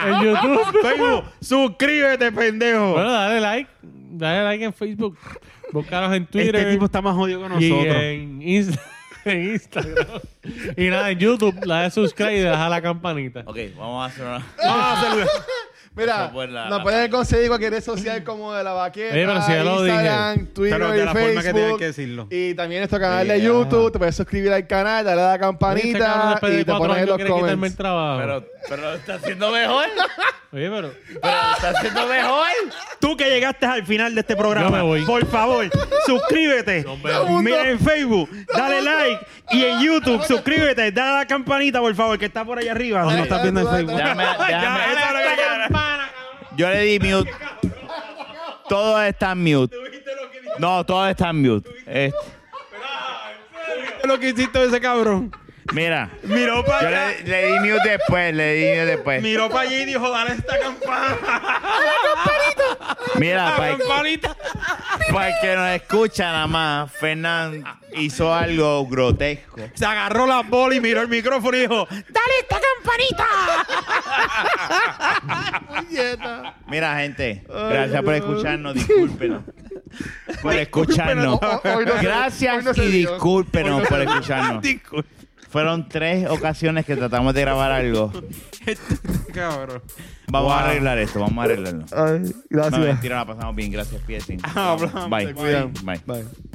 en YouTube. Facebook, suscríbete, pendejo. Bueno, dale like. Dale like en Facebook. Búscanos en Twitter. este tipo está más jodido que y nosotros. en, Insta- <laughs> en Instagram. y nada, en YouTube. La de subscribe y deja la campanita. Ok, vamos a hacer una. Mira, Esa fue la- nos la- pueden conseguir cualquier red social como de la vaqueta, Oye, pero si ya lo Instagram, Twitter Pero de y la Facebook. forma que tienen que decirlo. Y también nuestro canal de Sí, YouTube. Te puedes suscribir al canal, darle a la Oye, este cabrón campanita después de y te cuatro pones en años los quiere quitarme el comments. trabajo. Pero, pero lo está haciendo mejor. Oye, pero... Pero lo está haciendo mejor. Tú que llegaste al final de este programa, Yo me voy. <laughs> por favor, suscríbete. Mira en Facebook, dale like. Y en YouTube, suscríbete, dale a la campanita, por favor, que está por allá arriba. Si no estás viendo en Facebook. Déjame, <laughs> Ya, déjame- esa es la que queda. Yo le di mute. Todos están mute. No, todos están mute. Este, Eso es lo que hiciste ese cabrón. mira, Miró para yo allá. le, le di mute después, le di mute después. Miró para allí y dijo, dale esta campana. Mira, para campanita. el que nos escucha nada más, Fernán hizo algo grotesco. Se agarró la bola y miró el micrófono y dijo, dale esta campanita. Puñeta. Mira, gente, gracias por escucharnos, discúlpenos. Por escucharnos. Discúlpenos, o- o- hoy no se- hoy Gracias no se y dio. discúlpenos por escucharnos. Disculpa. Fueron tres ocasiones que tratamos de grabar <laughs> algo. cabrón. Vamos a Wow. arreglar esto, vamos a arreglarlo. Ay, No, gracias. Ah, mentira, la pasamos bien. Gracias, Piercing. Hablamos, Bye. te Cuidan. Bye. Bye.